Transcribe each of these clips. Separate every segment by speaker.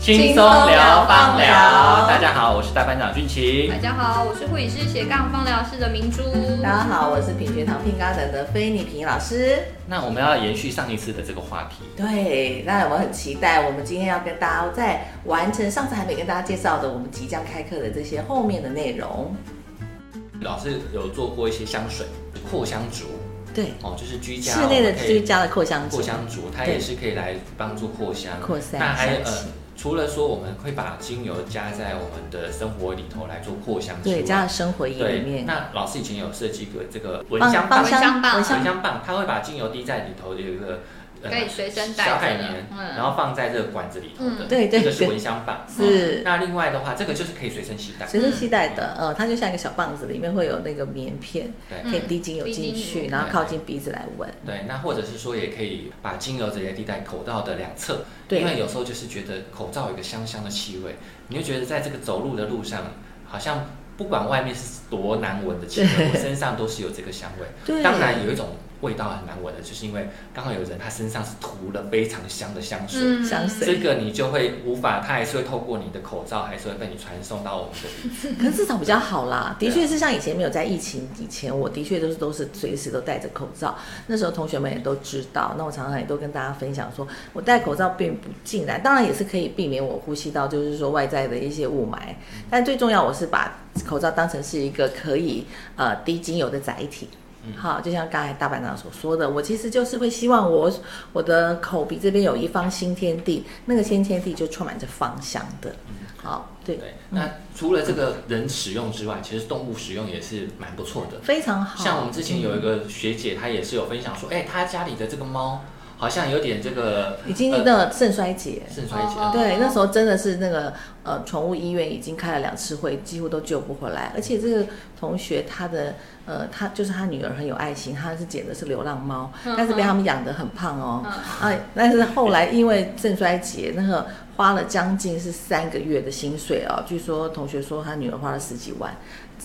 Speaker 1: 轻松聊芳疗。大家好，我是大班长俊奇
Speaker 2: 大。家好，我是护理师斜杠芳疗师的明珠。
Speaker 1: 呃
Speaker 3: 大家好，我是品学堂拼高等的菲尼平老师。
Speaker 1: 那我们要延续上一次的这个话题，
Speaker 3: 对，那我们很期待，我们今天要跟大家在完成上次还没跟大家介绍的我们即将开课的这些后面的内容。
Speaker 1: 老师有做过一些香水扩香烛
Speaker 3: 对，
Speaker 1: 哦，就是居家
Speaker 3: 室内的居
Speaker 1: 家
Speaker 3: 家的扩香
Speaker 1: 扩
Speaker 3: 组，
Speaker 1: 香烛，它
Speaker 3: 对
Speaker 1: 也是可以来帮助扩香。
Speaker 3: 扩散
Speaker 1: 那还有
Speaker 3: 香
Speaker 1: 呃
Speaker 3: 气，
Speaker 1: 除了说我们会把精油加在我们的生活里头来做扩香之外，
Speaker 3: 对，加上生活
Speaker 1: 对
Speaker 3: 营里面，
Speaker 1: 那老师以前有设计过这个蚊
Speaker 3: 放
Speaker 1: 香
Speaker 3: 放
Speaker 1: 棒，
Speaker 2: 蚊香棒
Speaker 3: 蚊
Speaker 1: 蚊
Speaker 3: 香
Speaker 1: 香棒，它会把精油滴在里头的一个呃
Speaker 2: 可以随身带着
Speaker 1: 小海绵，
Speaker 2: 嗯
Speaker 1: 然后放在这个管子里头的，
Speaker 2: 嗯
Speaker 3: 对对
Speaker 1: 这个是
Speaker 3: 对
Speaker 1: 蚊香棒。哦
Speaker 3: 是
Speaker 1: 那另外的话，这个就是可以随身携带。
Speaker 3: 随身携带的，呃，它就像一个小棒子，里面会有那个棉片，
Speaker 1: 对
Speaker 3: 可以滴精油进
Speaker 2: 嗯滴精
Speaker 3: 去，
Speaker 2: 油
Speaker 3: 然后靠近鼻子来闻。
Speaker 1: 对，那或者是说，也可以把精油直接滴在口罩的两侧，
Speaker 3: 对
Speaker 1: 因为有时候就是觉得口罩有一个香香的气味，你就觉得在这个走路的路上，好像不管外面是多难闻的气味，我身上都是有这个香味。
Speaker 3: 对
Speaker 1: 当然有一种味道很难闻的，就是因为刚好有人他身上是涂了非常香的香水。
Speaker 2: 嗯
Speaker 3: 香水
Speaker 1: 这个你就会无法，它还是会透过你的口罩，还是会被你传送到我们的鼻子。
Speaker 3: 可是至少比较好啦，
Speaker 1: 对
Speaker 3: 的
Speaker 1: 啊
Speaker 3: 确是像以前没有在疫情以前，我的确都是都是随时都戴着口罩。那时候同学们也都知道，那我常常也都跟大家分享说，我戴口罩并不进来，当然也是可以避免我呼吸到就是说外在的一些雾霾，
Speaker 1: 嗯
Speaker 3: 但最重要我是把口罩当成是一个可以呃滴精油的载体。
Speaker 1: 嗯
Speaker 3: 好，就像刚才大班长所说的，我其实就是会希望我我的口鼻这边有一方新天地，那个新天地就充满着芳香的。好，对，
Speaker 1: 嗯对，那除了这个人使用之外，其实动物使用也是蛮不错的。
Speaker 3: 非常好。
Speaker 1: 像我们之前有一个学姐，她也是有分享说，哎、她家里的这个猫好像有点这个
Speaker 3: 已经
Speaker 1: 呃
Speaker 3: 那个肾衰竭。
Speaker 1: 肾衰竭
Speaker 2: 哦
Speaker 1: 对
Speaker 3: 对，那时候真的是那个呃，宠物医院已经开了两次会，几乎都救不回来。而且这个同学他的呃，他就是他女儿很有爱心，他是捡的是流浪猫，
Speaker 2: 嗯
Speaker 3: 但是被他们养得很胖哦。
Speaker 2: 嗯
Speaker 3: 啊，但是后来因为肾衰竭，那个花了将近是三个月的薪水哦，据说同学说他女儿花了十几万，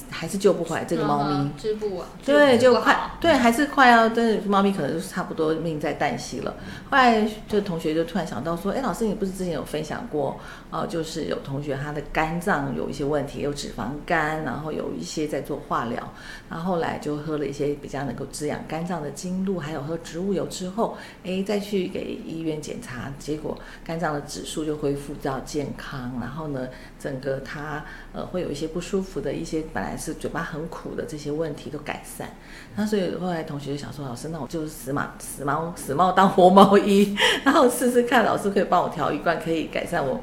Speaker 3: 还是救不回来这个猫咪。
Speaker 2: 嗯织布啊，
Speaker 3: 对，
Speaker 2: 织布
Speaker 3: 就
Speaker 2: 好
Speaker 3: 快，对，还是快要，对，猫咪可能就是差不多命在旦夕了。后来就同学就突然想到说，哎，老师，你不是之前有分享过，呃，就是有同学他的肝脏有一些问题，有脂肪肝，然后有一些在做化疗，然后后来就喝了一些比较能够滋养肝脏的精露，还有喝植物油之后，哎，再去给医院检查，结果肝脏的指数就恢复到健康，然后呢，整个他呃会有一些不舒服的一些本来是嘴巴很苦的这些问题都改善。那所以后来同学就想说，老师，那我就死马死猫死猫当活猫医， 然后试试看，老师可以帮我调一罐，可以改善我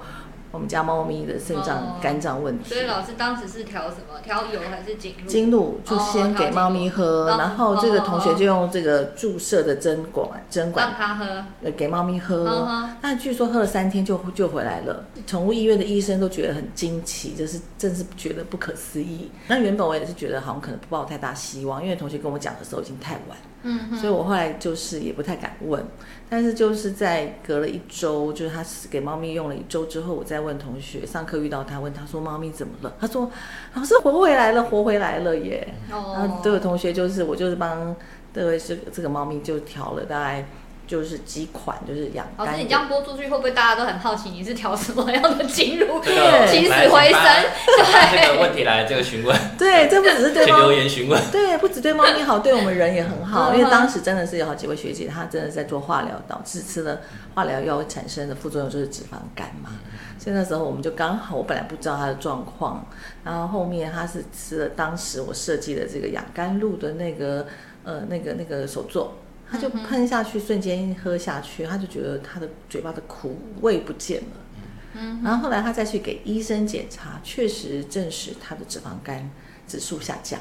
Speaker 3: 我们家猫咪的肾脏、
Speaker 2: 哦
Speaker 3: 肝脏问题
Speaker 2: 所。以老师当时是调什么？调油还是颈露？
Speaker 3: 经露就先给猫咪喝，
Speaker 2: 哦
Speaker 3: 然后这个同学就用这个注射的针管针管
Speaker 2: 让他喝。
Speaker 3: 呃，给猫咪
Speaker 2: 嗯
Speaker 3: 喝
Speaker 2: 哼，
Speaker 3: 那据说喝了三天就就回来了。宠物医院的医生都觉得很惊奇，就是真是觉得不可思议。那原本我也是觉得好像可能不抱太大希望，因为同学跟我讲的时候已经太晚，
Speaker 2: 嗯哼，
Speaker 3: 所以我后来就是也不太敢问。但是就是在隔了一周，就是他给猫咪用了一周之后，我再问同学，上课遇到他问他说猫咪怎么了？他说老师活回来了，活回来了耶。然后
Speaker 2: 哦，
Speaker 3: 这嗯位同学就是我就是帮这位这这个猫咪就调了大概就是几款就是养
Speaker 2: 老
Speaker 3: 肝
Speaker 2: 师，哦你这
Speaker 3: 的。
Speaker 2: 样播出去，会不会大家都很好奇你是调什么样的精 露？
Speaker 1: 这个
Speaker 2: 起死
Speaker 1: 啊来
Speaker 2: 回
Speaker 1: 请发
Speaker 2: 生，
Speaker 1: 这个问题来这个询 问，
Speaker 3: 对，这不只是对
Speaker 1: 请
Speaker 3: 猫
Speaker 1: 留，言询问。
Speaker 3: 对，不只对猫咪好，对我们人也很好。
Speaker 2: 嗯
Speaker 3: 因为当时真的是有好几位学姐，她真的在做化疗，导致吃了化疗药产生的副作用就是脂肪肝
Speaker 2: 嗯
Speaker 3: 嘛。所以那时候我们就刚好，我本来不知道她的状况，然后后面她是吃了当时我设计的这个养肝露的那个呃那个那个手作。他就
Speaker 2: 嗯
Speaker 3: 喷下去，瞬间喝下去，他就觉得他的嘴巴的苦味不见了。
Speaker 2: 嗯
Speaker 3: 然后后来他再去给医生检查，确实证实他的脂肪肝指数下降。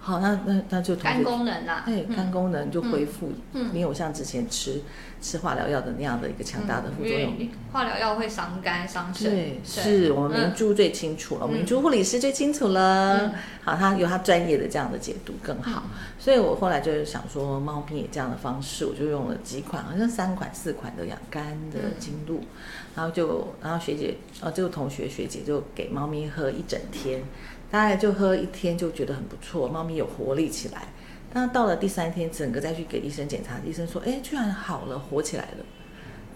Speaker 3: 好，那那那就同
Speaker 2: 肝
Speaker 3: 学
Speaker 2: 功能啊，
Speaker 3: 对肝功能就恢复，
Speaker 2: 嗯嗯
Speaker 3: 没有像之前吃吃化疗药的那样的一个强大的副作用
Speaker 2: 嗯因
Speaker 3: 力。
Speaker 2: 为化疗药会伤肝伤肾，
Speaker 3: 对，是我们明珠最清楚了，我们
Speaker 2: 嗯
Speaker 3: 明珠护理师最清楚了。
Speaker 2: 嗯
Speaker 3: 好，他有他专业的这样的解读更好，所以我后来就是想说，猫咪也这样的方式，我就用了几款，好像三款、四款的养肝的
Speaker 2: 嗯
Speaker 3: 精露，然后就然后学姐呃这个同学学姐就给猫咪喝一整天，大概就喝一天就觉得很不错，猫咪有活力起来。但到了第三天，整个再去给医生检查，医生说，哎，居然好了，活起来了。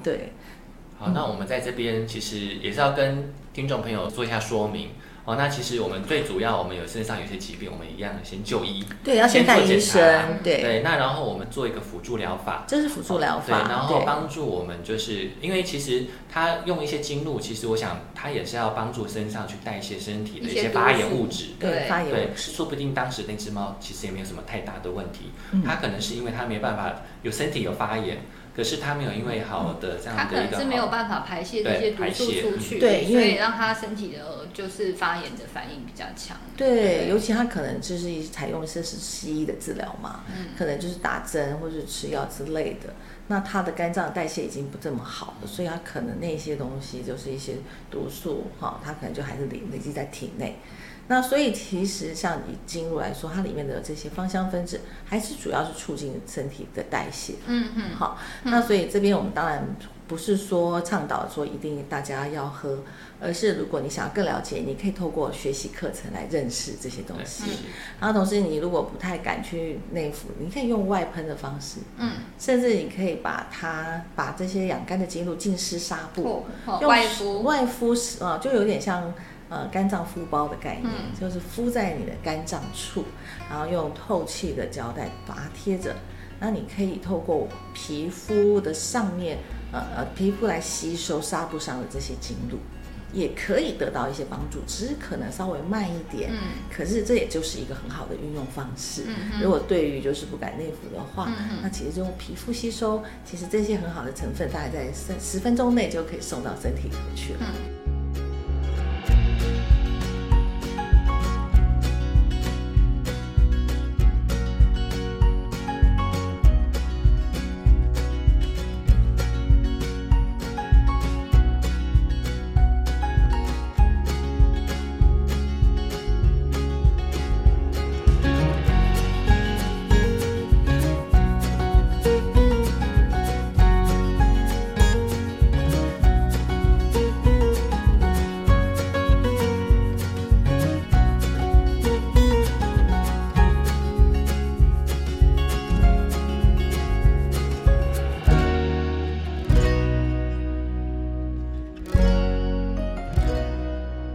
Speaker 3: 对，
Speaker 1: 好，那我们在这边其实也是要跟听众朋友做一下说明。哦，那其实我们最主要，我们有身上有些疾病，我们一样先就医。
Speaker 3: 对，要
Speaker 1: 先
Speaker 3: 先看
Speaker 1: 做
Speaker 3: 医
Speaker 1: 检查
Speaker 3: 生，对，
Speaker 1: 对，那然后我们做一个辅助疗法。
Speaker 3: 这是辅助疗
Speaker 1: 对，
Speaker 3: 法，
Speaker 1: 然后帮助我们，就是因为其实它用一些经络，其实我想它也是要帮助身上去代谢身体的一
Speaker 2: 一些
Speaker 1: 些
Speaker 2: 毒
Speaker 1: 发炎
Speaker 2: 素
Speaker 1: 物质。
Speaker 3: 对
Speaker 2: 对
Speaker 3: 发炎
Speaker 1: 对
Speaker 3: 物，质，
Speaker 1: 说不定当时那只猫其实也没有什么太大的问题，
Speaker 3: 嗯
Speaker 1: 它可能是因为它没办法有身体有发炎，可是它没有因为好的这
Speaker 2: 它
Speaker 1: 样
Speaker 2: 可
Speaker 1: 的一
Speaker 2: 能
Speaker 1: 个
Speaker 2: 是没有
Speaker 1: 好，
Speaker 2: 办法排泄这些
Speaker 1: 对
Speaker 2: 毒
Speaker 1: 排
Speaker 2: 素
Speaker 1: 泄
Speaker 2: 出去，
Speaker 3: 嗯对因
Speaker 2: 所
Speaker 3: 为
Speaker 2: 以让它身体的就是发炎的反应比较强。
Speaker 3: 对，尤其他可能就是采用的是西医的治疗嘛，
Speaker 2: 嗯
Speaker 3: 可能就是打针或是吃药之类的。那他的肝脏代谢已经不这么好了，所以他可能那些东西就是一些毒素哈，它可能就还是累累积在体内。那所以其实像以经络来说，它里面的这些芳香分子还是主要是促进身体的代谢。
Speaker 2: 嗯嗯，
Speaker 3: 好，那所以这边我们当然不是说倡导说一定大家要喝，而是如果你想要更了解，你可以透过学习课程来认识这些东
Speaker 1: 对
Speaker 3: 西
Speaker 1: 是。
Speaker 3: 然后同时，你如果不太敢去内服，你可以用外喷的方式，
Speaker 2: 嗯，
Speaker 3: 甚至你可以把它把这些养肝的经络浸湿纱布，
Speaker 2: 哦哦
Speaker 3: 用
Speaker 2: 外敷，
Speaker 3: 外敷是啊，就有点像呃肝脏敷包的概念，
Speaker 2: 嗯
Speaker 3: 就是敷在你的肝脏处，然后用透气的胶带把它贴着。那你可以透过皮肤的上面，呃呃，皮肤来吸收纱布上的这些经络，也可以得到一些帮助，只是可能稍微慢一点。
Speaker 2: 嗯
Speaker 3: 可是这也就是一个很好的运用方式。
Speaker 2: 嗯哼
Speaker 3: 如果对于就是不敢内服的话，
Speaker 2: 嗯哼
Speaker 3: 那其实就用皮肤吸收，其实这些很好的成分，大概在三十分钟内就可以送到身体里头去了。
Speaker 2: 嗯。嗯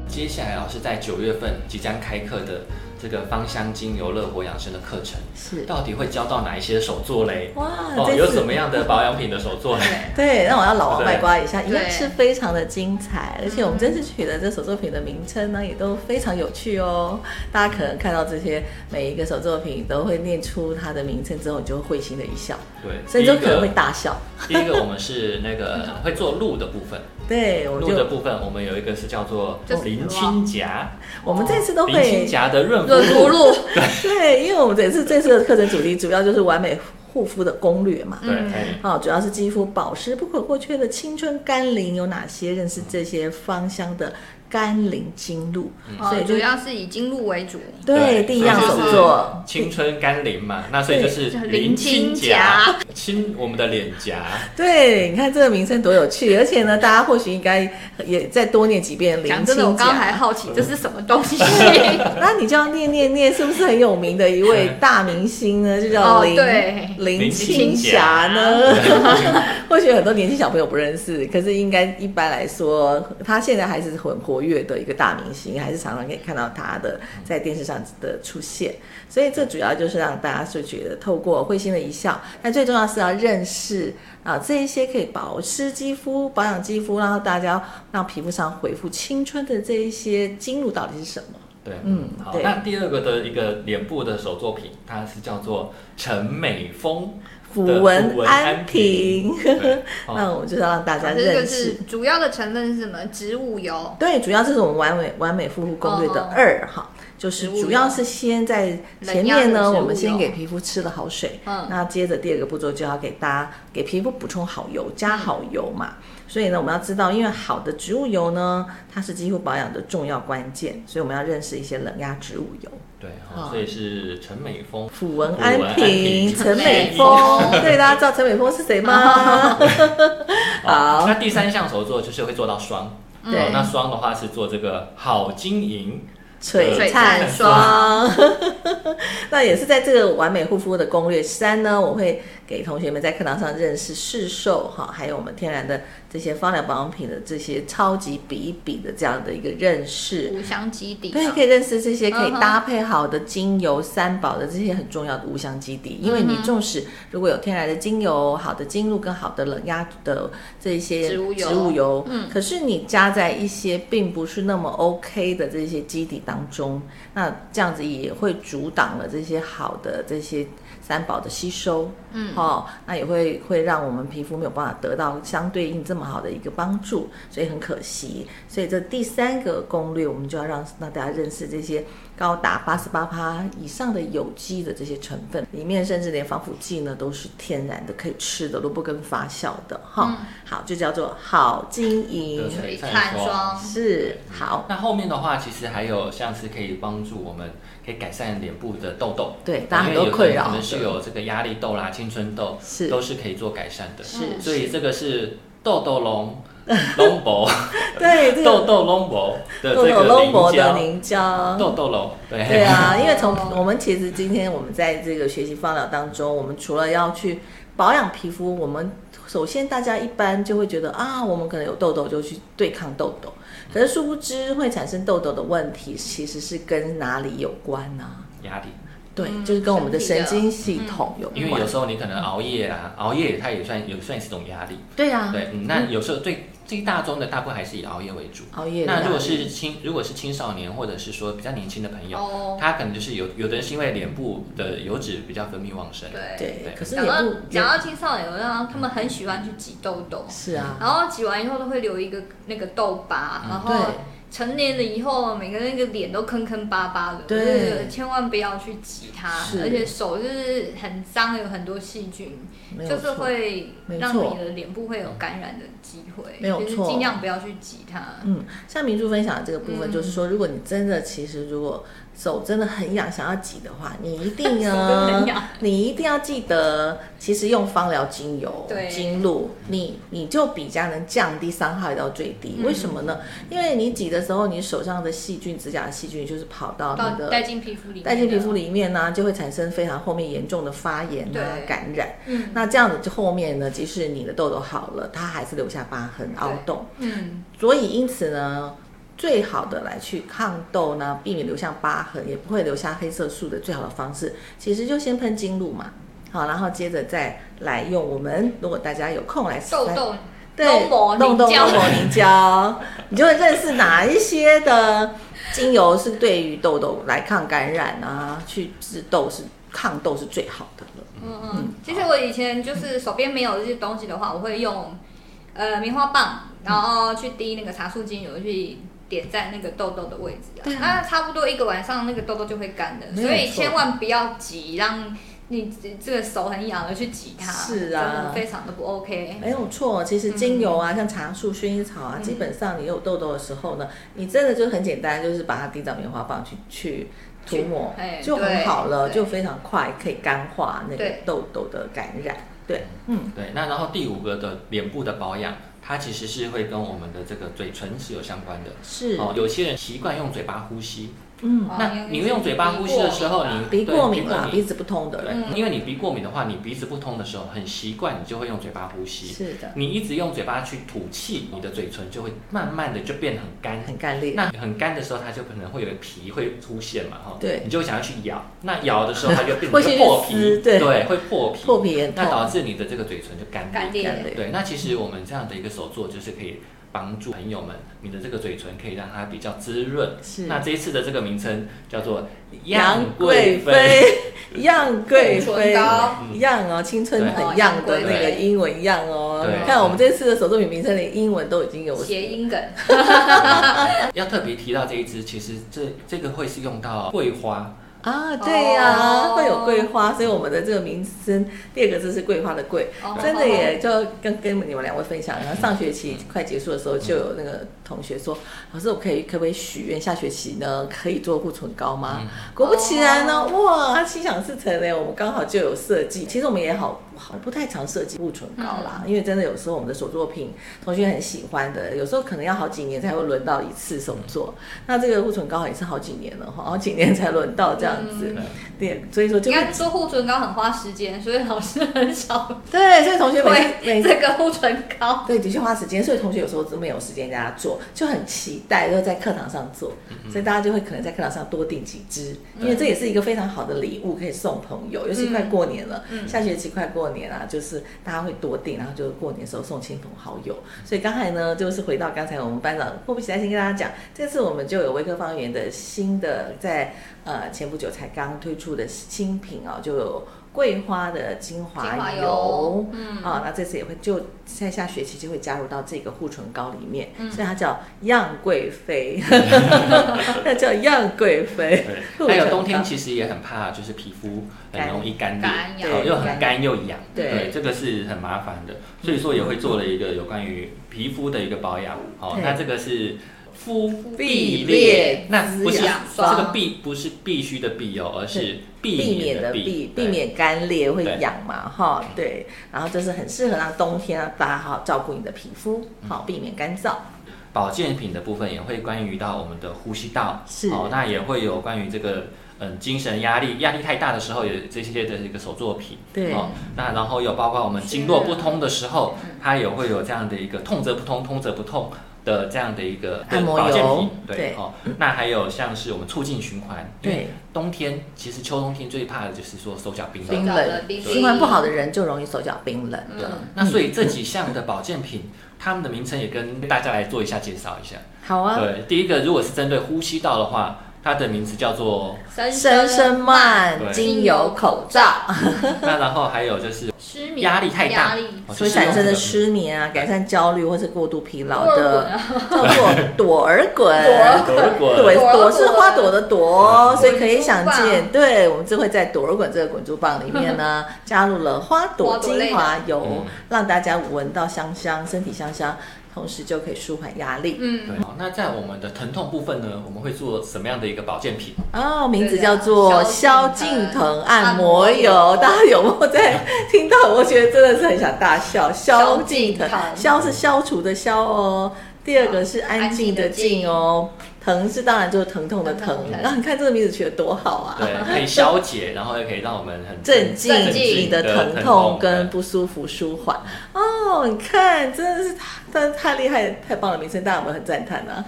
Speaker 1: 接下来老师在九月份即将开课的这个芳香精油乐活养生的课程，
Speaker 3: 是
Speaker 1: 到底会教到哪一些手作嘞？
Speaker 3: 哇，
Speaker 1: 哦，
Speaker 3: 这
Speaker 1: 有
Speaker 3: 次
Speaker 1: 什么样的保养品的手作嘞？
Speaker 2: 对，
Speaker 3: 对，让我要老王卖瓜一下，
Speaker 2: 对
Speaker 3: 一样是非常的精彩，而且我们这次取的这手作品的名称呢，也都非常有趣哦。大家可能看到这些每一个手作品都会念出它的名称之后，你就会会心的一笑，
Speaker 1: 对，
Speaker 3: 甚
Speaker 1: 第
Speaker 3: 至
Speaker 1: 一
Speaker 3: 可能会
Speaker 1: 个，
Speaker 3: 大笑。
Speaker 1: 第一个我们是那个会做鹿的部分，
Speaker 3: 对，我
Speaker 1: 鹿的
Speaker 3: 就
Speaker 1: 部分我们有一个是叫做
Speaker 2: 就是
Speaker 1: 林青霞，
Speaker 3: 我们这次都
Speaker 1: 林
Speaker 3: 会
Speaker 1: 青霞的润
Speaker 2: 润
Speaker 1: 肤
Speaker 2: 肤
Speaker 1: 露。
Speaker 2: 露，
Speaker 3: 对，因为我们这次这次的课程主题主要就是完美护肤的攻略嘛。
Speaker 1: 对，
Speaker 2: 嗯
Speaker 1: 哎
Speaker 3: 哦，主要是肌肤保湿不可或缺的青春甘霖有哪些？认识这些芳香的甘霖精露， 所
Speaker 2: 哦，
Speaker 3: 以就
Speaker 2: 主要是以经露为主。
Speaker 3: 对第一样
Speaker 1: 所以
Speaker 3: 手
Speaker 1: 就是
Speaker 3: 作，
Speaker 1: 青春甘霖嘛，那所以就是
Speaker 2: 对
Speaker 1: 林青
Speaker 2: 林青霞
Speaker 1: 霞亲我们的脸 颊，
Speaker 3: 对，你看这个名称多有趣，而且呢，大家或许应该也再多念几遍林
Speaker 2: 讲
Speaker 3: 青
Speaker 2: 真的，我刚刚还
Speaker 3: 霞。
Speaker 2: 好奇这是什么东 西。
Speaker 3: 那你就要念念念，是不是很有名的一位大明星呢？就叫
Speaker 2: 哦
Speaker 3: 林、
Speaker 2: 对
Speaker 3: 林
Speaker 1: 林
Speaker 3: 青
Speaker 1: 青
Speaker 3: 霞
Speaker 1: 霞
Speaker 3: 呢？或许很多年轻小朋友不认识，可是应该一般来说，他现在还是很活跃的一个大明星，还是常常可以看到他的在电视上的出现。所以这主要就是让大家就觉得透过会心的一笑，但最重要啊是要认识啊这一些可以保湿肌肤、保养肌肤，然后大家让皮肤上恢复青春的这一些经络到底是什么？
Speaker 1: 对，
Speaker 3: 嗯
Speaker 1: 好，
Speaker 3: 对
Speaker 1: 那第二个的一个脸部的手作品，它是叫做陈美峰
Speaker 3: 符
Speaker 1: 的
Speaker 3: 文
Speaker 1: 符文
Speaker 3: 安
Speaker 1: 安
Speaker 3: 瓶
Speaker 1: 瓶，对
Speaker 3: 那
Speaker 1: 哦
Speaker 3: 我们就是要让大家
Speaker 2: 这
Speaker 3: 认
Speaker 2: 个
Speaker 3: 识
Speaker 2: 是。主要的成分是什么？植物油。
Speaker 3: 对，主要这是我们完美完美护肤攻略的
Speaker 2: 哦
Speaker 3: 二哈，就是
Speaker 2: 植物
Speaker 3: 主要是先在前面呢，我们先给皮肤吃了好水，
Speaker 2: 嗯
Speaker 3: 那接着第二个步骤就要给大家给皮肤补充好油，加好油嘛。所以呢，我们要知道，因为好的植物油呢，它是肌肤保养的重要关键，所以我们要认识一些冷压植物油。
Speaker 1: 对，
Speaker 3: 哦
Speaker 1: 好，所以是陈美峰。
Speaker 3: 抚文
Speaker 1: 安
Speaker 3: 安瓶、
Speaker 1: 瓶
Speaker 2: 陈
Speaker 3: 陈美
Speaker 2: 美
Speaker 3: 峰，
Speaker 2: 峰
Speaker 3: 对，大家知道陈美峰是谁 吗？
Speaker 1: 哦
Speaker 3: 好
Speaker 1: 那第三项手作就是会做到霜，
Speaker 2: 嗯
Speaker 3: 对
Speaker 1: 哦那霜的话是做这个好晶莹，
Speaker 3: 璀
Speaker 2: 璀
Speaker 3: 璨
Speaker 2: 璨
Speaker 3: 霜。那也是在这个完美护肤的攻略三呢，我会给同学们在课堂上认识市售哈，还有我们天然的这些芳疗保养品的这些超级比一比的这样的一个认识。
Speaker 2: 五香基底、
Speaker 3: 对，
Speaker 2: 啊
Speaker 3: 可，以认识这些可以
Speaker 2: 嗯哼
Speaker 3: 搭配好的精油、三宝的这些很重要的五香基底，因为你
Speaker 2: 嗯哼
Speaker 3: 纵使如果有天然的精油、好的精露跟好的冷压的这些
Speaker 2: 植物油
Speaker 3: 油
Speaker 2: 嗯
Speaker 3: 可是你加在一些并不是那么 OK 的这些基底当中，那这样子也会阻挡了这些好的这些三宝的吸收，
Speaker 2: 嗯
Speaker 3: 哦，那也会会让我们皮肤没有办法得到相对应这么好的一个帮助，所以很可惜。所以这第三个攻略，我们就要让让大家认识这些高达八十八趴以上的有机的这些成分，里面甚至连防腐剂呢都是天然的，可以吃的，萝卜根发酵的哈。
Speaker 2: 嗯
Speaker 3: 好，就叫做好经营
Speaker 1: 对，
Speaker 2: 所以看妆
Speaker 3: 是好。
Speaker 1: 那后面的话，其实还有像是可以帮助我们，可以改善脸部的痘痘，
Speaker 3: 对大家很
Speaker 1: 因为
Speaker 3: 多
Speaker 1: 有的
Speaker 3: 困
Speaker 1: 人
Speaker 3: 扰
Speaker 1: 可能是
Speaker 3: 的
Speaker 1: 有这个压力痘啦、青春痘，
Speaker 3: 是
Speaker 1: 都是可以做改善的。
Speaker 3: 是
Speaker 1: 所以这个是痘痘龙龙 博，
Speaker 3: 对这
Speaker 1: 痘
Speaker 3: 个
Speaker 1: 痘龙博的
Speaker 3: 豆
Speaker 1: 这
Speaker 3: 豆
Speaker 1: 个
Speaker 3: 龙
Speaker 1: 凝
Speaker 3: 膜的
Speaker 1: 胶，
Speaker 3: 凝胶，
Speaker 1: 痘痘龙，对
Speaker 3: 对啊，因为从
Speaker 2: 哦
Speaker 3: 我们其实今天我们在这个学习放疗当中，我们除了要去保养皮肤，我们首先大家一般就会觉得啊，我们可能有痘痘就去对抗痘痘，可是殊不知会产生痘痘的问题其实是跟哪里有关呢、
Speaker 1: 压力。
Speaker 3: 对，
Speaker 2: 嗯
Speaker 3: 就是跟我们的神
Speaker 2: 身体的
Speaker 3: 经系统有
Speaker 1: 因为
Speaker 3: 关
Speaker 1: 有。时候你可能熬夜啊，熬夜它也算也算是一种压力。
Speaker 3: 对啊，
Speaker 1: 对，嗯，那有时候最最大宗的大部分还是以熬夜为主。
Speaker 3: 熬夜的压
Speaker 1: 那
Speaker 3: 力。
Speaker 1: 如果是青，如果是青少年或者是说比较年轻的朋友，
Speaker 2: 哦，
Speaker 1: 他可能就是有有的人是因为脸部的油脂比较分泌旺盛，
Speaker 2: 对。
Speaker 3: 哦对
Speaker 1: 对，
Speaker 3: 可是也
Speaker 2: 讲到
Speaker 3: 不
Speaker 2: 讲到青少年，我让他们很喜欢去挤痘痘，
Speaker 3: 是啊，
Speaker 2: 然后挤完以后都会留一个那个痘疤，
Speaker 1: 嗯
Speaker 2: 然后
Speaker 3: 对。
Speaker 2: 成年了以后，每个人那个脸都坑坑巴巴的，
Speaker 3: 对
Speaker 2: 我就觉得千万不要去挤它，
Speaker 3: 是
Speaker 2: 而且手就是很脏，有很多细菌，
Speaker 3: 没有
Speaker 2: 就是
Speaker 3: 错
Speaker 2: 会
Speaker 3: 没
Speaker 2: 让
Speaker 3: 错
Speaker 2: 你的脸部会有感染的机会，
Speaker 3: 没有
Speaker 2: 就是
Speaker 3: 错
Speaker 2: 尽量不要去挤它。
Speaker 3: 嗯，像明珠分享的这个部分，
Speaker 2: 嗯
Speaker 3: 就是说，如果你真的其实如果手真的很痒，想要挤的话，你一 定
Speaker 2: 手真的很痒
Speaker 3: 呢，你一定要记得，其实用芳疗精油
Speaker 2: 对、
Speaker 3: 精露，你你就比较能降低伤害到最低。
Speaker 2: 嗯
Speaker 3: 为什么呢？因为你挤的时候，你手上的细菌、指甲的细菌就是跑到
Speaker 2: 到
Speaker 3: 你的
Speaker 2: 带进皮肤里面，
Speaker 3: 带进皮肤，里面呢、就会产生非常后面严重的发炎啊
Speaker 2: 对、
Speaker 3: 感染。
Speaker 2: 嗯
Speaker 3: 那这样子就后面呢，即使你的痘痘好了，它还是留下疤痕、凹洞。
Speaker 2: 嗯，
Speaker 3: 所以因此呢，最好的来去抗痘呢，避免留下疤痕，也不会留下黑色素的最好的方式，其实就先喷精露嘛。好，然后接着再来用我们，如果大家有空来
Speaker 2: 痘痘
Speaker 3: 对，
Speaker 2: 弄某凝
Speaker 3: 弄弄
Speaker 2: 胶
Speaker 3: 弄某凝胶， 你就会认识哪一些的精油是对于痘痘来抗感染啊，去治痘是抗痘是最好的了。
Speaker 2: 嗯嗯，其实我以前就是手边没有这些东西的话，我会用呃棉花棒，然后去滴那个茶树精油去点在那个痘痘的位置、啊，
Speaker 3: 对啊
Speaker 2: 那差不多一个晚上那个痘痘就会干的，
Speaker 3: 没有
Speaker 2: 所以
Speaker 3: 错
Speaker 2: 千万不要急，让你这个手很痒的去挤它，
Speaker 3: 是啊
Speaker 2: 真的非常的不 OK。
Speaker 3: 没有错，其实精油啊，像茶树、薰衣草啊，
Speaker 2: 嗯
Speaker 3: 基本上你有痘痘的时候呢，你真的就很简单，就是把它滴到棉花棒去去涂抹
Speaker 2: 去哎，
Speaker 3: 就很好了，
Speaker 2: 对
Speaker 3: 就非常快可以干化那个
Speaker 2: 对
Speaker 3: 痘痘的感染。对，嗯，
Speaker 1: 对，那然后第五个的脸部的保养，它其实是会跟我们的这个嘴唇是有相关的。
Speaker 3: 是，
Speaker 1: 哦，有些人习惯用嘴巴呼吸，
Speaker 3: 嗯，
Speaker 2: 哦
Speaker 1: 那你用嘴巴呼吸的时候，你
Speaker 3: 鼻
Speaker 1: 对
Speaker 3: 过敏啦，鼻
Speaker 1: 鼻
Speaker 3: 子不通的
Speaker 1: 对，
Speaker 3: 人，
Speaker 2: 嗯
Speaker 1: 因为你鼻过敏的话，你鼻子不通的时候，很习惯，你就会用嘴巴呼吸。
Speaker 3: 是的，
Speaker 1: 你一直用嘴巴去吐气，你的嘴唇就会慢慢的就变得很干，
Speaker 3: 很干裂。
Speaker 1: 那很干的时候，它就可能会有皮会出现嘛，哈，
Speaker 3: 对
Speaker 1: 你就会想要去咬，那咬的时候它就变
Speaker 3: 会
Speaker 1: 成
Speaker 3: 去
Speaker 1: 就破
Speaker 3: 撕
Speaker 1: 皮，
Speaker 3: 对
Speaker 1: 会破皮，
Speaker 3: 破皮也
Speaker 1: 那
Speaker 3: 痛
Speaker 1: 导致你的这个嘴唇就干
Speaker 2: 干
Speaker 1: 裂。
Speaker 2: 裂，
Speaker 1: 对，那其实我们这样的一个手作就是可以帮助朋友们，你的这个嘴唇可以让它比较滋润。
Speaker 3: 是
Speaker 1: 那这一次的这个名称叫做
Speaker 3: 杨
Speaker 1: 贵
Speaker 3: 贵
Speaker 1: 妃，
Speaker 3: 妃， 杨贵
Speaker 2: 护唇
Speaker 3: 妃
Speaker 2: 膏，
Speaker 1: 嗯
Speaker 3: 样哦，青春很样的那个英文样哦。
Speaker 1: 对
Speaker 3: 你看我们这次的手作品名称连英文都已经有
Speaker 2: 谐音梗，
Speaker 1: 要特别提到这一支，其实这这个会是用到桂花，
Speaker 3: 啊，对呀、
Speaker 2: 哦
Speaker 3: 会有桂花，所以我们的这个名称第二个字是桂花的桂，
Speaker 2: 哦
Speaker 3: 真的耶，就跟跟你们两位分享。然后上学期快结束的时候，就有那个同学说，老师，我可以可不可以许愿下学期呢可以做护唇膏
Speaker 2: 嗯哦
Speaker 3: 吗？果不其然呢，哇，他心想事成嘞，我们刚好就有设计。其实我们也好好，我不太常设计护唇膏啦，
Speaker 2: 嗯
Speaker 3: 因为真的有时候我们的手作品同学很喜欢的，有时候可能要好几年才会轮到一次手作。那这个护唇膏也是好几年了哈，好几年才轮到这样子。
Speaker 1: 对
Speaker 3: 对，所以说就
Speaker 2: 应该说护唇膏很花时间，所以老师很少
Speaker 3: 对，所以同学每次
Speaker 2: 会
Speaker 3: 每
Speaker 2: 这个护唇膏。
Speaker 3: 对，的确花时间，所以同学有时候真没有时间给他做，就很期待，就在课堂上做，
Speaker 2: 嗯
Speaker 3: 所以大家就会可能在课堂上多订几支，因为这也是一个非常好的礼物，可以送朋
Speaker 2: 嗯
Speaker 3: 友，尤其快过年了，下学期快过年啊，就是大家会多订，然后就是过年的时候送亲朋好友。所以刚才呢，就是回到刚才我们班长迫不及待先跟大家讲，这次我们就有微科方园的新的在呃前不久才刚推出的新品啊、就有。桂花的精
Speaker 2: 精
Speaker 3: 华
Speaker 2: 华
Speaker 3: 油，
Speaker 2: 油嗯
Speaker 3: 啊，那这次也会就在下学期就会加入到这个护唇膏里面，
Speaker 2: 嗯
Speaker 3: 所以它叫样贵 妃， 那叫样贵妃。护
Speaker 1: 还有
Speaker 3: 唇
Speaker 1: 冬天
Speaker 3: 膏
Speaker 1: 其实也很怕，就是皮肤很容易干裂，
Speaker 2: 干
Speaker 1: 好
Speaker 3: 痒
Speaker 1: 又很干又痒，
Speaker 3: 对
Speaker 1: 这个是很麻烦的。所以说也会做了一个有关于皮肤的一个保养，好，
Speaker 3: 对
Speaker 1: 那这个是。肤
Speaker 3: 必
Speaker 1: 必
Speaker 3: 列
Speaker 1: 列，那不是
Speaker 2: 滋养
Speaker 1: 这个
Speaker 2: 霜
Speaker 1: 必不是必须的必哦，而是
Speaker 3: 对
Speaker 1: 避免的
Speaker 3: 避
Speaker 1: 避，
Speaker 3: 避免干裂会
Speaker 1: 对
Speaker 3: 痒嘛，哈，对，然后就是很适合让冬天啊，大家好好照顾你的皮肤，
Speaker 1: 嗯
Speaker 3: 好避免干燥。
Speaker 1: 保健品的部分也会关于到我们的呼吸道，
Speaker 3: 是
Speaker 1: 哦，那也会有关于这个嗯精神压力，压力太大的时候有这些的一个手作品，
Speaker 3: 对
Speaker 1: 哦，那然后有包括我们经络不通的时候，它也会有这样的一个痛则不通，通则不痛。的这样的一个
Speaker 3: 按摩油
Speaker 1: 保健品，
Speaker 3: 对
Speaker 1: 哦，那还有像是我们促进循环，
Speaker 3: 对，
Speaker 1: 冬天其实秋冬天最怕的就是说手脚冰冷，
Speaker 2: 手
Speaker 3: 冰
Speaker 2: 脚的
Speaker 3: 冷，
Speaker 2: 冰
Speaker 3: 循环
Speaker 2: 冷嗯
Speaker 3: 不好的人就容易手脚冰冷。
Speaker 1: 对，啊那所以这几项的保健品，它们的名称也跟大家来做一下介绍一下。
Speaker 3: 好啊，
Speaker 1: 对，第一个如果是针对呼吸道的话，它的名字叫 做，
Speaker 2: 生
Speaker 3: 深深慢
Speaker 1: 对
Speaker 3: 精油口罩，
Speaker 1: 那然后还有就是
Speaker 2: 失眠、
Speaker 1: 压力太
Speaker 2: 压
Speaker 1: 大
Speaker 2: 力，
Speaker 1: 哦
Speaker 3: 所
Speaker 1: 就
Speaker 3: 以
Speaker 1: 是用
Speaker 3: 产生的
Speaker 1: 这个
Speaker 3: 失眠啊，改善焦虑或是过度疲劳
Speaker 2: 多尔衮
Speaker 3: 的，
Speaker 2: 啊
Speaker 3: 叫做朵儿滚。
Speaker 2: 朵
Speaker 1: 德国
Speaker 3: 对，
Speaker 2: 朵儿
Speaker 3: 朵
Speaker 2: 滚
Speaker 3: 是花朵的朵，所以可以
Speaker 2: 滚珠
Speaker 3: 想
Speaker 2: 棒
Speaker 3: 见，对我们就会在朵儿滚这个滚珠棒里 面呢，加入了花朵
Speaker 2: 花朵类
Speaker 3: 精华油
Speaker 1: 嗯，
Speaker 3: 让大家闻到香香，身体香香，同时就可以舒缓压力。
Speaker 2: 嗯，
Speaker 1: 对，好哦那在我们的疼痛部分呢，我们会做什么样的一个保健品？
Speaker 3: 哦，名字叫做萧
Speaker 2: 萧
Speaker 3: 敬
Speaker 2: 敬
Speaker 3: 腾
Speaker 2: 腾
Speaker 3: 按摩油， 大家有没有在听到？我觉得真的是很想大 笑。萧敬腾
Speaker 2: 萧敬，腾
Speaker 3: 萧是消除的消哦，第二个是安静的静哦，疼是当然就是疼痛的疼
Speaker 2: 疼痛的。疼
Speaker 3: 那你看这个名字取得多好啊！
Speaker 1: 对，可以消解，然后也可以让我们很
Speaker 3: 镇静
Speaker 2: 镇静
Speaker 3: 你的疼痛跟不舒服舒缓哦，你看真的是太太厉害太棒了，名称大家有没有很赞叹啊？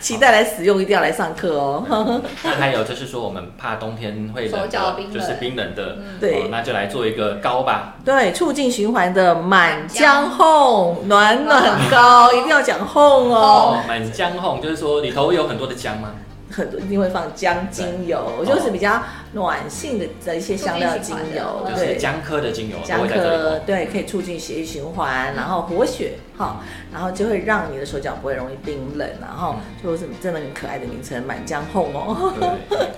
Speaker 3: 期待来使用，一定要来上课哦。
Speaker 1: 那还有就是说，我们怕冬天会冷
Speaker 2: 手脚
Speaker 1: 的，
Speaker 2: 冰冷嗯
Speaker 1: 就是冰冷的，哦
Speaker 3: 对
Speaker 1: 那就来做一个膏吧。
Speaker 3: 对，促进循环的满江红暖暖膏，一定要讲红哦。
Speaker 1: 哦，满江红就是说里头有很多的姜吗？
Speaker 3: 很多一定会放姜精油，
Speaker 1: 对
Speaker 3: 就是比较暖性的的一些香料精油，
Speaker 2: 嗯
Speaker 1: 就
Speaker 3: 对
Speaker 1: 是，姜科的精油都
Speaker 3: 姜
Speaker 1: 会在这里
Speaker 3: 科
Speaker 1: 头。
Speaker 3: 对可以促进血液循环，然后活血哈，
Speaker 1: 嗯
Speaker 3: 然后就会让你的手脚不会容易冰冷，然后就是真的很可爱的名称满江红哦。
Speaker 1: 对对对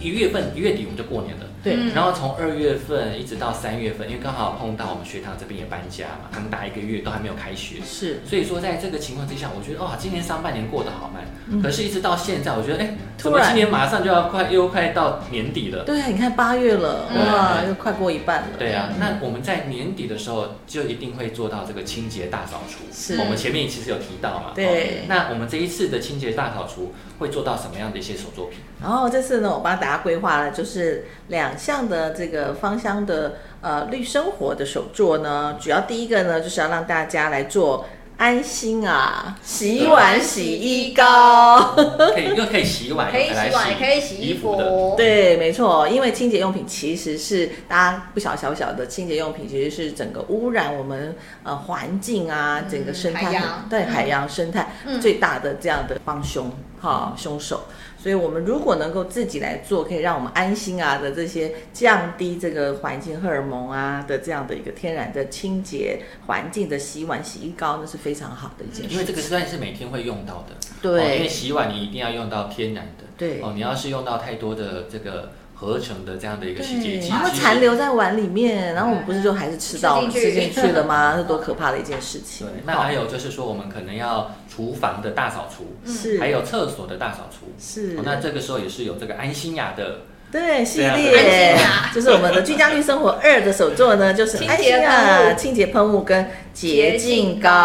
Speaker 1: 一月份一月底我们就过年了。
Speaker 3: 对，
Speaker 2: 嗯
Speaker 1: 然后从二月份一直到三月份，因为刚好碰到我们学堂这边也搬家嘛，长达一个月都还没有开学，
Speaker 3: 是
Speaker 1: 所以说在这个情况之下，我觉得哇，今年上半年过得好慢。
Speaker 2: 嗯
Speaker 1: 可是，一直到现在，我觉得哎，怎
Speaker 3: 突
Speaker 1: 么
Speaker 3: 然
Speaker 1: 今年马上就要快又快到年底了？
Speaker 3: 对，你看八月了，
Speaker 1: 对
Speaker 3: 哇，又快过一半了。
Speaker 1: 对
Speaker 2: 嗯
Speaker 1: 啊，那我们在年底的时候就一定会做到这个清洁大扫除。
Speaker 3: 是
Speaker 1: 我们前面其实有提到嘛。
Speaker 3: 对
Speaker 1: 哦那我们这一次的清洁大扫除会做到什么样的一些手作 品？
Speaker 3: 然后这次呢，我帮大家规划了就是两项的这个芳香的呃绿生活的手作呢，主要第一个呢就是要让大家来做安心啊，洗碗洗衣膏。
Speaker 1: 可以又可以洗碗，
Speaker 2: 可以
Speaker 1: 又来
Speaker 2: 洗碗，也可以洗
Speaker 1: 衣
Speaker 2: 衣
Speaker 1: 服的，
Speaker 2: 服，
Speaker 3: 对，没错，因为清洁用品其实是大家不晓小小的清洁用品，其实是整个污染我们呃环境啊，
Speaker 2: 嗯
Speaker 3: 整个生态
Speaker 2: 海洋
Speaker 3: 对
Speaker 2: 嗯
Speaker 3: 海洋生态、
Speaker 2: 嗯
Speaker 3: 最大的这样的帮凶哈、凶手。所以我们如果能够自己来做，可以让我们安心啊的这些降低这个环境荷尔蒙啊的这样的一个天然的清洁环境的洗碗洗衣膏，那是非常好的一件
Speaker 1: 因为
Speaker 3: 事。
Speaker 1: 这个算是每天会用到的。哦因为
Speaker 3: 对
Speaker 1: 洗碗你一定要用到天然的。
Speaker 3: 对
Speaker 1: 哦，你要是用到太多的这个合成的这样的一个洗洁
Speaker 3: 对，
Speaker 1: 剂，
Speaker 3: 然后
Speaker 1: 其实
Speaker 3: 残留在碗里面，然后我们不是就还是吃到了、吃
Speaker 2: 吃
Speaker 3: 进
Speaker 2: 进去
Speaker 3: 去 了吗？那多可怕的一件事情
Speaker 1: 对。，那还有就是说，我们可能要厨房的大扫除，
Speaker 3: 是
Speaker 1: 还有厕所的大扫除。
Speaker 3: 嗯是
Speaker 1: 哦，那这个时候也是有这个安心雅的
Speaker 3: 对系
Speaker 1: 对
Speaker 3: 列
Speaker 2: 安心 啊，
Speaker 3: 就是我们的居家绿生活二的手作呢，就是
Speaker 2: 清洁
Speaker 3: 安心
Speaker 2: 喷
Speaker 3: 啊
Speaker 2: 雾
Speaker 3: 清洁喷雾跟洁
Speaker 2: 洁
Speaker 3: 净
Speaker 2: 净膏
Speaker 3: 膏，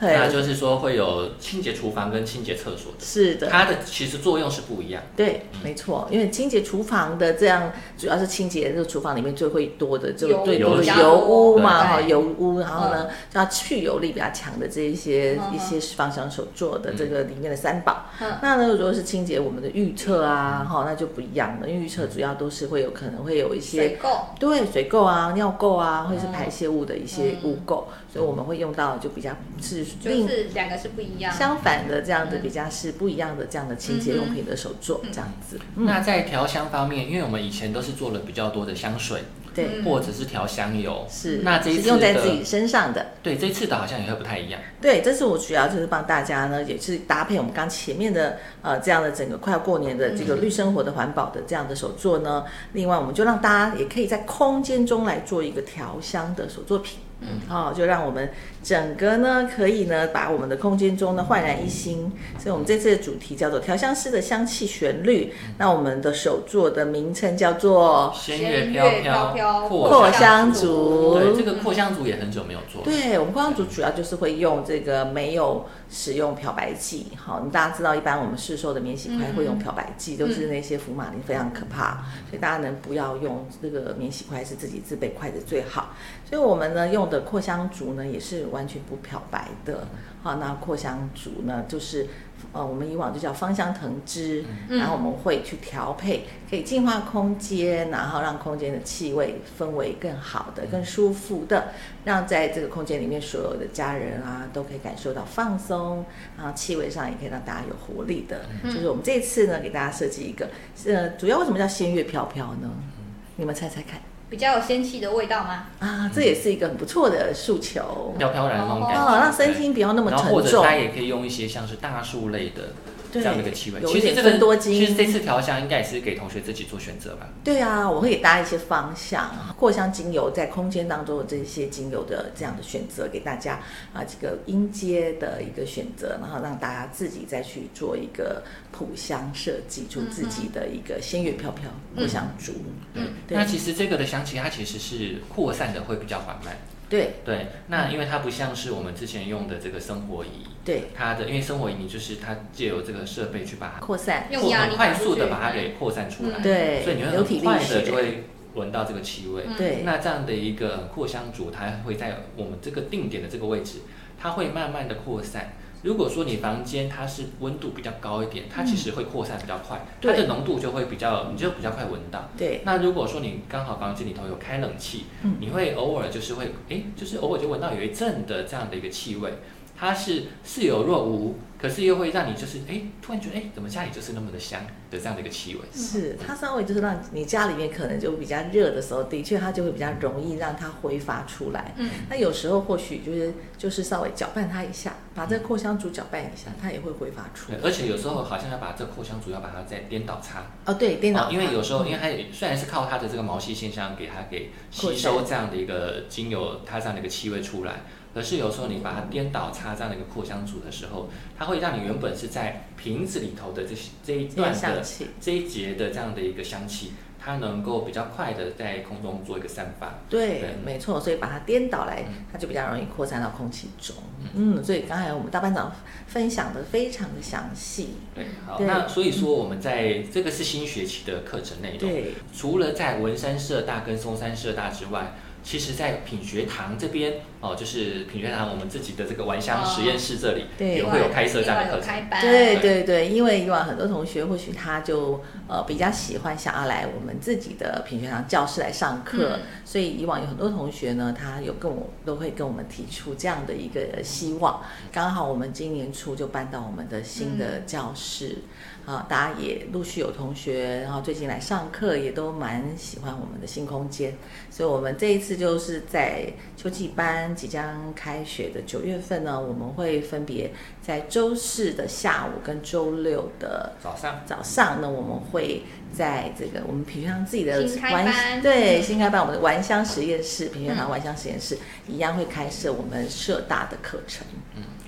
Speaker 1: 那
Speaker 3: 对，
Speaker 1: 就是说会有清洁厨房跟清洁厕所的，
Speaker 3: 是的。
Speaker 1: 它的其实作用是不一样。
Speaker 3: 对，没错，因为清洁厨房的这样，主要是清洁这个厨房里面最会多的，就
Speaker 2: 油
Speaker 3: 最多的
Speaker 1: 油
Speaker 3: 油污嘛，
Speaker 2: 对
Speaker 3: 哈，油污，然后呢，就要去油力比较强的这一些、
Speaker 2: 嗯
Speaker 3: 一些芳香手做的
Speaker 1: 嗯
Speaker 3: 这个里面的三宝。
Speaker 2: 嗯
Speaker 3: 那呢，如果是清洁我们的预测啊，哈、那就不一样了，因为预测主要都是会有可能会有一些
Speaker 2: 水垢，
Speaker 3: 对水垢啊、尿垢啊，或者是
Speaker 2: 嗯
Speaker 3: 排泄物的一些
Speaker 2: 嗯
Speaker 3: 污垢，所以我们会用到就比较是
Speaker 2: 就
Speaker 3: 另
Speaker 2: 是两个是不一样。
Speaker 3: 相反的这样的
Speaker 2: 嗯
Speaker 3: 比较是不一样的这样的清洁用品的手作
Speaker 2: 嗯
Speaker 3: 这样子，
Speaker 1: 那在调香方面，因为我们以前都是做了比较多的香水，
Speaker 3: 对，
Speaker 2: 嗯
Speaker 1: 或者是调香油，
Speaker 3: 是
Speaker 1: 那这一
Speaker 3: 是
Speaker 1: 次
Speaker 3: 用在
Speaker 1: 的
Speaker 3: 自己身上的。
Speaker 1: 对这次的好像也会不太一样。
Speaker 3: 对，这是我主要就是帮大家呢，也是搭配我们刚前面的呃这样的整个快要过年的这
Speaker 1: 嗯
Speaker 3: 个绿生活的环保的这样的手作呢。另外，我们就让大家也可以在空间中来做一个调香的手作品。嗯，哦，就让我们整个呢可以呢把我们的空间中呢焕然一新。所以我们这次的主题叫做调香师的香气旋律。
Speaker 1: 嗯
Speaker 3: 那我们的手作的名称叫做
Speaker 1: 仙
Speaker 2: 仙
Speaker 1: 乐飘
Speaker 2: 乐飘飘
Speaker 1: 扩
Speaker 3: 扩
Speaker 1: 香，
Speaker 3: 香
Speaker 2: 竹
Speaker 3: 族。
Speaker 1: 对这个扩香组也很久没有做了。
Speaker 3: 对我们光族主要就是会用这个没有使用漂白剂，好，你大家知道，一般我们市售的免洗块会用漂白剂，都是那些福马林非常可怕，所以大家能不要用这个免洗块是自己自备筷子最好。所以我们呢用的扩香竹呢也是完全不漂白的，好，那扩香竹呢就是。呃，我们以往就叫芳香藤枝，
Speaker 2: 嗯
Speaker 3: 然后我们会去调配，可以净化空间，然后让空间的气味氛围更好
Speaker 1: 嗯
Speaker 3: 的、更舒服的，让在这个空间里面所有的家人啊都可以感受到放松，然后气味上也可以让大家有活力的。
Speaker 2: 嗯
Speaker 3: 就是我们这次呢，给大家设计一个，呃，主要为什么叫仙乐飘飘呢？
Speaker 1: 嗯
Speaker 3: 你们猜猜看
Speaker 2: 比较有仙气的味道吗？
Speaker 1: 嗯
Speaker 3: 啊，这也是一个很不错的诉求。
Speaker 1: 飘飘然的那种感觉，
Speaker 3: 哦，让身
Speaker 1: 对
Speaker 3: 心不要那么
Speaker 1: 嗯然后或
Speaker 3: 沉
Speaker 1: 者
Speaker 3: 重
Speaker 1: 它。也可以用一些像是大树类的这
Speaker 3: 对
Speaker 1: 样的一个气味。
Speaker 3: 有
Speaker 1: 其实
Speaker 3: 一点
Speaker 1: 这个
Speaker 3: 芬多精
Speaker 1: 其实这次调香应该也是给同学自己做选择吧。
Speaker 3: 对啊，我会给大家一些方向，扩香精油在空间当中的这些精油的这样的选择，给大家啊这个音阶的一个选择，然后让大家自己再去做一个谱香设计出自己的一个仙乐飘飘扩香竹。
Speaker 1: 对，
Speaker 2: 嗯
Speaker 3: 对
Speaker 1: 那其实这个的香气它其实是扩散的会比较缓慢。
Speaker 3: 对
Speaker 1: 对，那因为它不像是我们之前用的这个生活仪，
Speaker 3: 对，
Speaker 1: 它的因为生活仪你就是它借由这个设备去把它
Speaker 3: 扩散
Speaker 2: 用压力
Speaker 1: 很快速的把
Speaker 2: 打
Speaker 1: 它
Speaker 2: 出去
Speaker 1: 给扩散出来，
Speaker 2: 嗯
Speaker 3: 对
Speaker 1: 所以你会
Speaker 3: 流体
Speaker 1: 很
Speaker 3: 力
Speaker 1: 快
Speaker 3: 学
Speaker 1: 的就会闻到这个气味。
Speaker 2: 嗯
Speaker 3: 对
Speaker 1: 那这样的一个扩香组，它会在我们这个定点的这个位置，它会慢慢的扩散。如果说你房间它是温度比较高一点，它其实会扩散比较快，它
Speaker 3: 嗯对
Speaker 1: 的浓度就会比较，你就比较快闻到。
Speaker 3: 对
Speaker 1: 那如果说你刚好房间里头有开冷气，
Speaker 3: 嗯
Speaker 1: 你会偶尔就是会，诶，就是偶尔就闻到有一阵的这样的一个气味，它是似有若无，可是又会让你就是诶，突然觉得诶，怎么家里就是那么的香的这样的一个气味。
Speaker 3: 是它稍微就是让你家里面可能就比较热的时候，的确它就会比较容易让它挥发出来。
Speaker 2: 嗯，
Speaker 3: 那有时候或许就是就是稍微搅拌它一下，把这个扩香竹搅拌一下，它也会挥发出
Speaker 1: 嗯对
Speaker 3: 来。
Speaker 1: 而且有时候好像要把这扩香主要把它再颠倒擦，
Speaker 3: 哦，对，电脑、
Speaker 1: 哦因为有时候
Speaker 3: 嗯
Speaker 1: 因为它也虽然是靠它的这个毛细现象给它给吸收
Speaker 3: 扩
Speaker 1: 这样的一个精油，它这样的一个气味出来，可是有时候你把它颠倒擦这样的一个扩香组的时候，它会让你原本是在瓶子里头的这些这一
Speaker 3: 这
Speaker 1: 段
Speaker 3: 样香
Speaker 1: 的
Speaker 3: 气，
Speaker 1: 这一节的这样的一个香气，它能够比较快的在空中做一个散发。
Speaker 3: 对，
Speaker 1: 对嗯
Speaker 3: 没错，所以把它颠倒来，它就比较容易扩散到空气中。嗯，所以刚才我们大班长分享的非常的详细。
Speaker 1: 对，好，
Speaker 3: 对嗯
Speaker 1: 那所以说我们在这个是新学期的课程内容，
Speaker 3: 对，
Speaker 1: 除了在文山社大跟松山社大之外，其实在品学堂这边哦、就是品学堂我们自己的这个玩乡实验室这里、
Speaker 3: 对
Speaker 1: 也
Speaker 2: 另
Speaker 1: 会
Speaker 2: 外
Speaker 1: 有开设这样的课
Speaker 2: 有
Speaker 1: 程。
Speaker 2: 开班，
Speaker 3: 对对对，因为以往很多同学或许他就呃比较喜欢想要来我们自己的品学堂教室来上课，
Speaker 2: 嗯
Speaker 3: 所以以往有很多同学呢，他有跟我都会跟我们提出这样的一个呃希望。刚好我们今年初就搬到我们的新
Speaker 2: 嗯
Speaker 3: 的教室，啊、大家也陆续有同学，然后最近来上课也都蛮喜欢我们的新空间，所以我们这一次就是在秋季班即将开学的九月份呢，我们会分别在周四的下午跟周六的
Speaker 1: 早上
Speaker 3: 早上呢，我们会在这个我们平常自己的
Speaker 2: 新开
Speaker 3: 玩
Speaker 2: 班
Speaker 3: 对
Speaker 2: 嗯
Speaker 3: 新开班，我们的玩乡实验室、平原堂玩乡实验室、一样会开设我们社大的课程。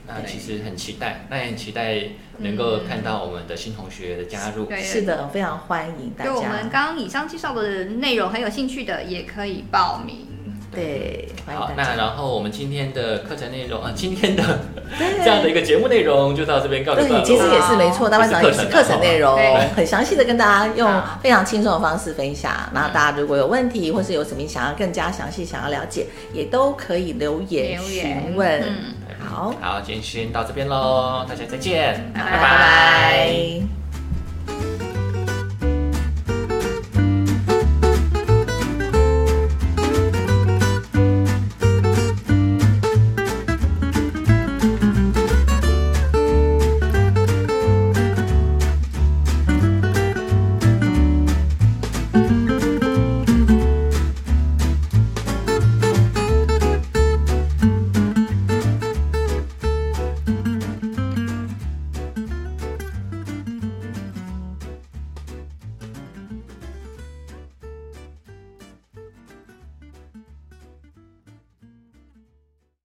Speaker 1: 那其实很期待，那也很期待能够看到我们的新同学的加入。
Speaker 2: 对
Speaker 3: 是的，非常欢迎大
Speaker 2: 对我们
Speaker 3: 家，
Speaker 2: 刚刚以上介绍的内容很有兴趣的，也可以报名。
Speaker 1: 嗯，
Speaker 3: 对，欢
Speaker 1: 好
Speaker 3: 迎，大
Speaker 1: 那
Speaker 3: 家。
Speaker 1: 然后我们今天的课程内容，呃，今天的
Speaker 3: 对
Speaker 1: 这样的一个节目内容就到这边告一段
Speaker 3: 对，
Speaker 1: 落。
Speaker 3: 其实也是没错，大班长也是课程内容
Speaker 2: 对，
Speaker 3: 很详细的跟大家用
Speaker 2: 好
Speaker 3: 非常轻松的方式分享。然后大家如果有问题，或是有什么想要更加详细想要了解，也都可以留言
Speaker 2: 留言
Speaker 3: 询问。
Speaker 2: 嗯
Speaker 1: 对
Speaker 3: 好
Speaker 1: 好，今天先到这边喽，大家再见，
Speaker 2: 拜
Speaker 3: 嗯拜拜